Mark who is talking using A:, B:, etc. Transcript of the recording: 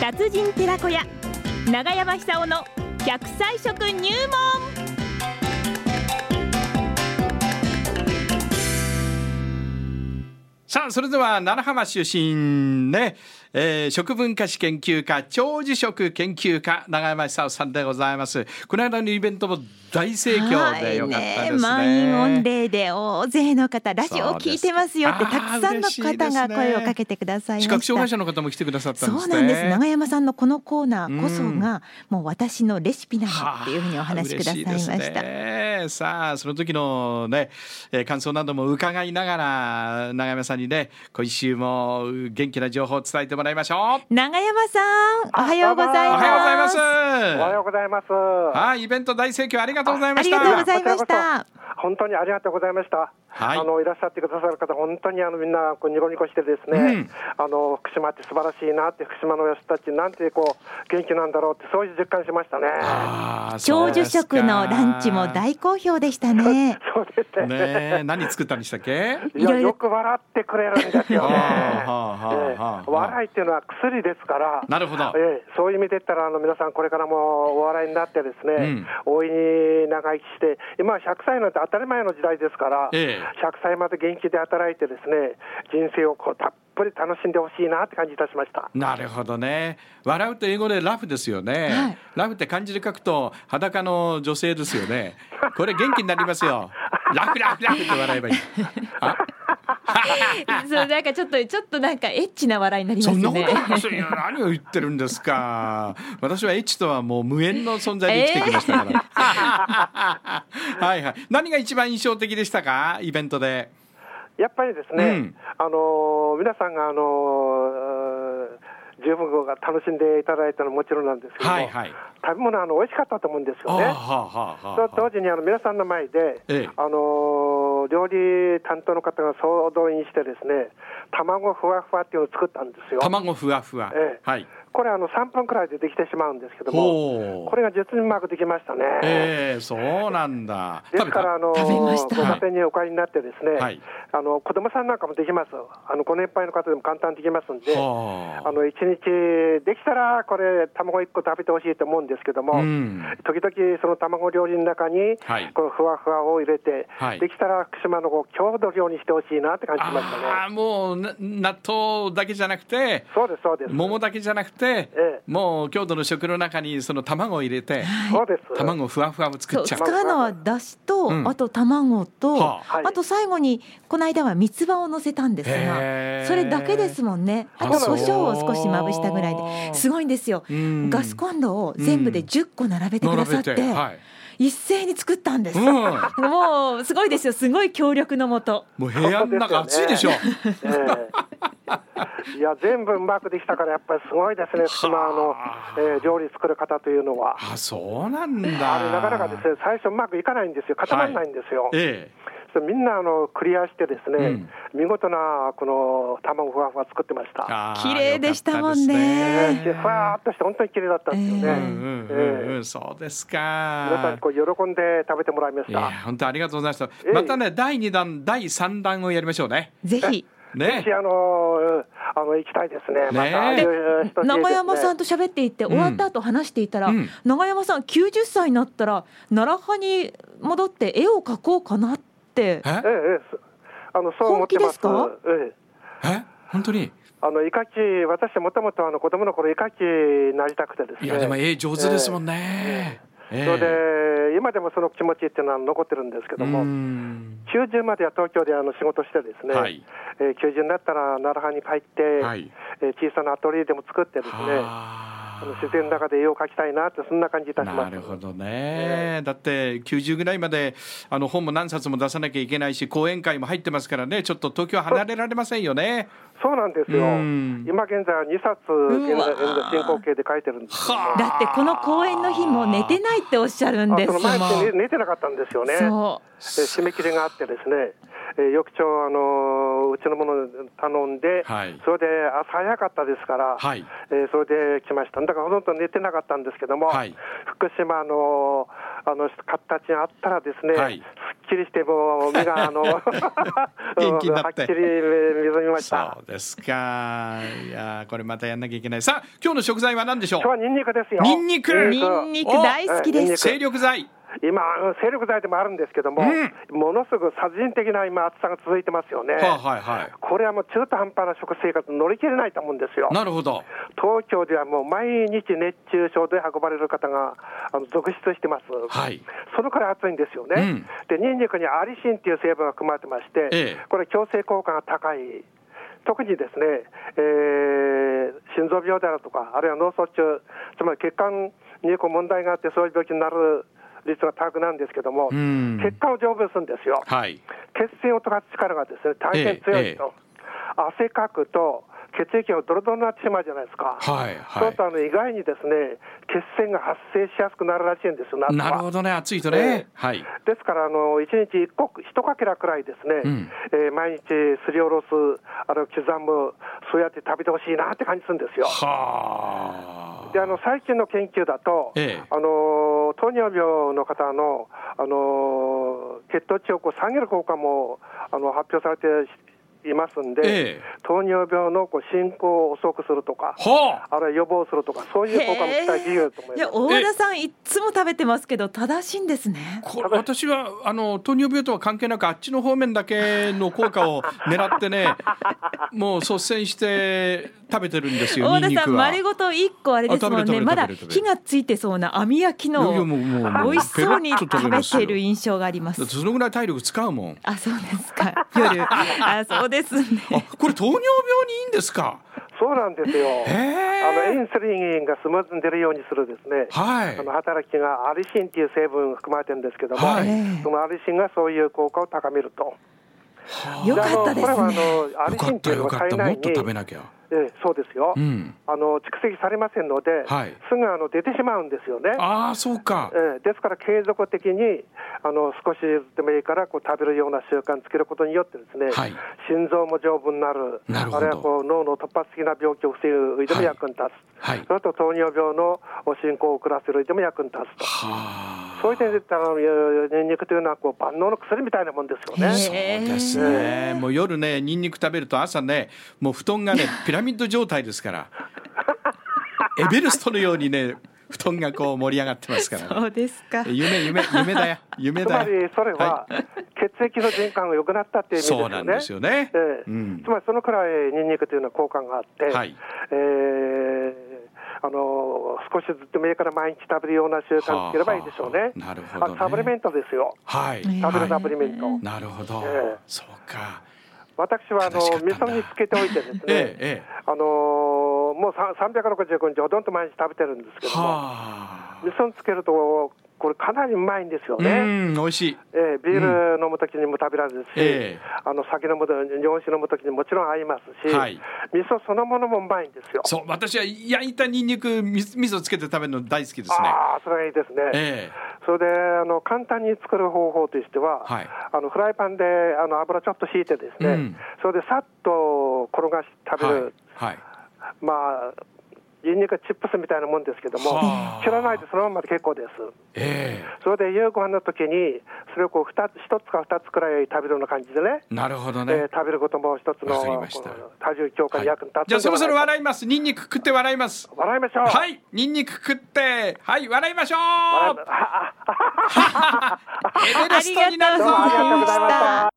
A: 達人寺子屋長山久夫の100歳食入門
B: さあそれでは奈良浜出身ね、えー食文化史研究家長寿食研究家長山久夫さんでございますこの間のイベントも大盛況でよかったですね,、
A: はいね満員御礼で大勢の方ラジオを聞いてますよって
B: そうで
A: た
B: す
A: くさんの方が声をかけてくださいました
B: 視覚障害者の方も来てくださったんで
A: そう
B: すね
A: なんです長山さんのこのコーナーこそがもう私のレシピなのっていうふうにお話しくださいま
B: はあ
A: し
B: 嬉
A: た
B: いですねさあその時のね、えー感想なども伺いながら長山さんにね今週も元気な情報を伝えてもらいましょう
A: 長山さんおはようござい
B: お
A: ます
B: はようございます
C: おはようございます。は
B: はいイベント大盛況ありがとうござい
A: あ
B: まし
A: り
B: た
A: がとうございました
C: 本当にありがとうございました。
B: はい
C: あのいらっしゃってくださる方、本当にあのみんなこうニコニコしてですね、あの福島って素晴らしいなって、福島の人たちなんてこう元気なんだろうって、そういう実感しましたね。
B: あー
A: 長寿食のランチも大好評でしたね
C: そうですね。
B: ねえ何作ったんでしたっけ？
A: い
C: い
A: ろ
C: や
A: いろ
C: よく笑ってくれるんですよね。
B: はあはあはあ
C: え
B: はあ
C: え笑いっていうのは薬ですから。
B: なるほど
C: ええそういう意味で言ったらあの皆さんこれからもお笑いになってですね、大いに長生きして、今は100歳なんて当たり前の時代ですから、
B: ええ
C: 100歳まで元気で働いてですね、人生をこうたっぷり楽しんでほしいなって感じいたしました。
B: なるほどね。笑うと英語でラフですよね。
A: はい
B: ラフって漢字で書くと裸の女性ですよ ね。これ元気になりますよ。ラフラフラフって笑えばいい。あ、
A: そうなんかちょっとちょっとなんかエッチな笑いになりま
B: そ
A: す
B: んなこと
A: ね
B: ありませんよ。何を言ってるんですか。私はエッチとはもう無縁の存在で生きてきましたから。 はいはい。何が一番印象的でしたかイベントで。
C: やっぱりですね、
B: うん
C: あのー皆さんがあのー十分楽しんでいただいたのはもちろんなんですけども、
B: はいはい。
C: 食べ物あの美味しかったと思うんです
B: あーは
C: よね
B: あ。はあはあ
C: と同時にあの皆さんの前で、
B: ええ
C: あのー料理担当の方が総動員してですね卵ふわふわっていうのを作ったんですよ。
B: 卵ふわふわ、
C: ええ
B: はい
C: これあの3分くらいでできてしまうんですけど
B: ほ
C: も
B: う
C: これが実にうまくできましたね。
B: ええそうなんだ
C: ですから、あの
A: 食べました
C: ご家庭にお帰りになってですね、
B: はい
C: あの子供さんなんかもできますあのご年配の方でも簡単にできますんで、
B: はあ
C: あの一日できたらこれ卵1個食べてほしいと思うんですけども、
B: うん
C: 時々その卵料理の中に
B: はい
C: このふわふわを入れて、
B: はい
C: できたら福島のこう郷土料理にしてほしいなって感じました
B: ああ
C: ね。
B: もうな納豆だけじゃなくて
C: そうですそうです。
B: 桃だけじゃなくて、
C: ええ
B: もう郷土の食の中にその卵を入れて
C: そうです。
B: 卵ふわふわを作
A: そ
B: っ
A: う
B: ちゃ
A: 使
B: う
A: うのはだしと、
B: うん
A: あと卵と、
B: は
C: あはい
A: あと最後にこの間は三つ葉を乗せたんです
B: へ
A: が
B: ー
A: それだけですもんねあと
B: あそ
A: 胡
B: う
A: 椒を少しまぶしたぐらいですごいんですよ、
B: うん
A: ガスコンロを全部で
B: うん
A: 10個並べてくださって、
B: 並べてはい
A: 一斉に作ったんです、
B: う
A: もうすごいですよすごい協力のもと
B: もう部屋の中暑いでしょ、
C: ええいや全部うまくできたからやっぱりすごいですね。福島の
B: は、
C: えー料理作る方というのは。
B: あそうなんだ
C: あれなかなかですね最初うまくいかないんですよ固まらないんですよ、
B: え
C: それみんなあのクリアしてですね、見事なこの卵ふわふわ作ってまし
B: え
C: た、
B: ああ
A: 綺麗でしたもんね
B: よかったです
C: ええでふわーっとして本当に綺麗だったんですよ
B: う
C: ね、
B: んうんうんうん、そうですか。
C: 皆さんこう喜んで食べてもらいま
B: い
C: し
B: や
C: た。
B: 本当ありがとうございました
C: ええ。
B: またね第二弾第三弾をやりましょうね。
A: ぜひ
B: ね
C: 私。あのーあの行きたいですね。またああ
B: ね
C: い
B: え
C: う人
A: 長山さん
C: と
A: と喋っていて、
B: ん
A: 終わった後話していたら、
B: うん
A: 長山さん90歳になったら奈良派に戻って絵を描こうかなって
B: え
C: ええええそあのそう思ってます。
A: 本
C: ええ
B: え本当に。
C: あのイカキ私もともとあの子供の頃イカキになりたくてですね。
B: いやでも絵上手ですもんね。
C: ええ
B: ええ
C: それで今でもその気持ちっていうのは残ってるんですけど
B: う
C: も。
B: ん
C: 90までは東京であの仕事してですね、
B: はい
C: えー90になったら奈良藩に帰って、
B: はい
C: えー小さなアトリエでも作ってですね、あの
B: はあ
C: 自然の中で絵を描きたいなってそんな感じいたします。
B: なるほどね、だって90ぐらいまであの本も何冊も出さなきゃいけないし講演会も入ってますからねちょっと東京離れられませんよね。
C: そうなんですよ
B: うん。
C: 今現在は2冊現在現在進行形で書いてるんですけども。
A: だってこの公演の日も寝てないっておっしゃるん
C: あ
A: で
C: そ
A: す
C: の
A: よ
C: 前って寝寝てなかったんですよね。
A: そう
C: え締め切りがあってですね、えー翌朝あのーのうちのもの頼んで、
B: はい
C: それで朝早かったですから、
B: はい
C: えーそれで来ました、だからほとんど寝てなかったんですけども、
B: はい
C: 福島のあの形があったら、ですね、
B: はい
C: すっきりして、もう目が あの元
B: 元気になって
C: はっきり目覚めました
B: そ。うですか。いやーこれまたやんなきゃいけない。さあ今日の食材は何でしょう
C: 今日は。ニンニクですよ。
B: ニンニク
C: えー
A: ニ
C: そう
A: ンニク大好きです。
B: 精力剤。
C: 今、精力剤でもあるんですけども、
B: う
C: ものすごく殺人的な今、暑さが続いてますよね。
B: はいはいはい。
C: これはもう中途半端な食生活乗り切れないと思うんですよ。
B: なるほど。
C: 東京ではもう毎日熱中症で運ばれる方があの続出してます。
B: はい。
C: そのくらい暑いんですよ
B: う
C: ね。
B: ん
C: で、ニンニクにアリシンっていう成分が含まれてまして、
B: ええ
C: これ強制効果が高い。特にですね、えー心臓病であるとか、あるいは脳卒中、つまり血管にこう問題があってそういう病気になる率が高くなるんですけども、
B: うん
C: 血管を丈夫にするんですよ。
B: はい。
C: 血栓を溶かす力がですね、大変強いと。汗かくと血液がドロドロになってしまうじゃないですか。
B: はい
C: そ
B: は
C: うするとあの意外にですね、血栓が発生しやすくなるらしいんですよ、
B: い。
C: 夏
B: なる
C: は
B: ほ。どね。暑いとね
C: ええ。
B: はい。
C: ですから、あの一日一個一かけらくらいですね、
B: うん
C: えー毎日すりおろす、あの刻む、そうやって食べてほしいなって感じするんですよ。
B: は
C: であの最近の研究だと、
B: ええ
C: あの糖尿病の方のあの血糖値をこう下げる効果もあの発表されていますんで、
B: ええ
C: 糖尿病のこう進行を遅くするとか
B: あ。、はあ。
C: あるいは予防するとか、そういう効果も期待できると思
A: へーい
C: いま
A: や
C: す。
A: 大和田さんいっつも食べてますけど正しいんですね。
B: これ私はあの糖尿病とは関係なくあっちの方面だけの効果を狙って ねもう率先して食べてるんですよ
A: 大和
B: ニ
A: 田
B: ンニ
A: さ
B: ク
A: ん
B: は
A: 丸ごと一個あれですもん
B: あ食べ
A: ね
B: る食べる
A: まだ
B: 食べる食べる
A: 火がついてそうな網焼きの
B: いやいやもうもうもう
A: 美味しそうに
B: ペロッと食
A: 食
B: べま
A: べ
B: すよ
A: ている印象がありま
B: だ
A: す
B: って。そのぐらい体力使うもん
A: あそうですか夜 あそうですね。
B: あこれ糖尿病にいいんですか
C: そうなんですよ。
B: へ
C: あのイ
B: え
C: ンスリンがスムーズに出るようにするですね、
B: はい
C: あの働きがアリシンっていう成分が含まれてるんですけども、
B: はい
C: そのアリシンがそういう効果を高めると。
A: よかったです
C: あのこれ
A: ね。
C: はあのア
B: よ
C: リ
B: か
C: シン
B: っ
C: って
B: た
C: いう
B: よ
C: のは
B: かった
C: 体
B: も
C: 内
B: っ
C: に
B: と食べなきゃ
C: ええそうですよ、
B: うん
C: あの蓄積されませんので、
B: はい
C: すぐあの出てしまうんですよね。
B: ああそうか
C: ええですから継続的にあの少しずつでもいいからこう食べるような習慣つけることによってですね、
B: はい
C: 心臓も丈夫になる
B: なるほど
C: あるいはこう脳の突発的な病気を防ぐ上でも役に立つ、
B: はい
C: それと糖尿病の進行を遅らせる上でも役に立つと
B: はあ
C: そういう点で言ったらあのニンニクというのはこう万能の薬みたいなもんですよね。
B: そうですね。もう夜ね、ニンニク食べると朝ね、もう布団 がね、ピラミッド状態ですから。エベレストのようにね、布団がこう盛り上がってますから、
A: そ
B: ね。
A: うですか。
B: 夢夢夢だよ夢
C: つま
B: だ
C: り
B: よ。
C: それは血液の循環が良くなったっていう意味ですよね。
B: そうなんですよね。
C: ええ
B: うん
C: つ。まりそのくらいニンニクというのは効果があって、
B: はい
C: えーあの少しずつでもいいから毎日食べるような習慣つければいいでしょう
B: は
C: ね。
B: あなるほどね
C: あサプリメントですよ。
B: はい。
A: ね
C: 食べるサ
B: は
C: プリメント。
B: い。なるほど
C: ええ。
B: そうか。
C: 私はあの
B: 正しかったんだ、
C: 味噌につけておいてですね
B: ええええ
C: あのもうさ365日ほとんど毎日食べてるんですけども、
B: はあ
C: 味。噌につけるとこれかなりうまいんですよ
B: う
C: ね。
B: ん、美味しい。
C: ええビール飲むときにも食べられるし、
B: ええ
C: あの酒飲むと日本酒飲むときにもちろん合いますし、
B: はい
C: 味噌そのものもうまいんですよ。
B: そう、私は焼いたニンニクみ味噌つけて食べるの大好きですね。
C: ああ、それがいいですね。
B: ええ
C: それであの簡単に作る方法としては、
B: はい
C: あのフライパンであの油ちょっと引いてですね、
B: うん
C: それでさっと転がし食べる、
B: はい。はい。
C: まあニンニクチップスみたいなもんですけども
B: はあ、
C: 切らないでそのままで結構です。
B: え
C: それで夕ご飯の時にそれをこう二つ一つか二つくらい食べるような感じでね。
B: えなるほど
C: え
B: ね
C: ー。食べることも一つの
B: わかり
C: こ
B: ました
C: の体重強化に役に立
B: じゃあ
C: つ
B: そ
C: ん
B: ろ
C: じ
B: そ
C: ゃ
B: ろ
C: ないか
B: 笑います。ニンニク食って笑います。
C: 笑いましょう。
B: はい、ニンニク食って、はい、笑いましょう。
C: 笑いま。
B: エベレストになるぞ
C: どうもありがとうございました。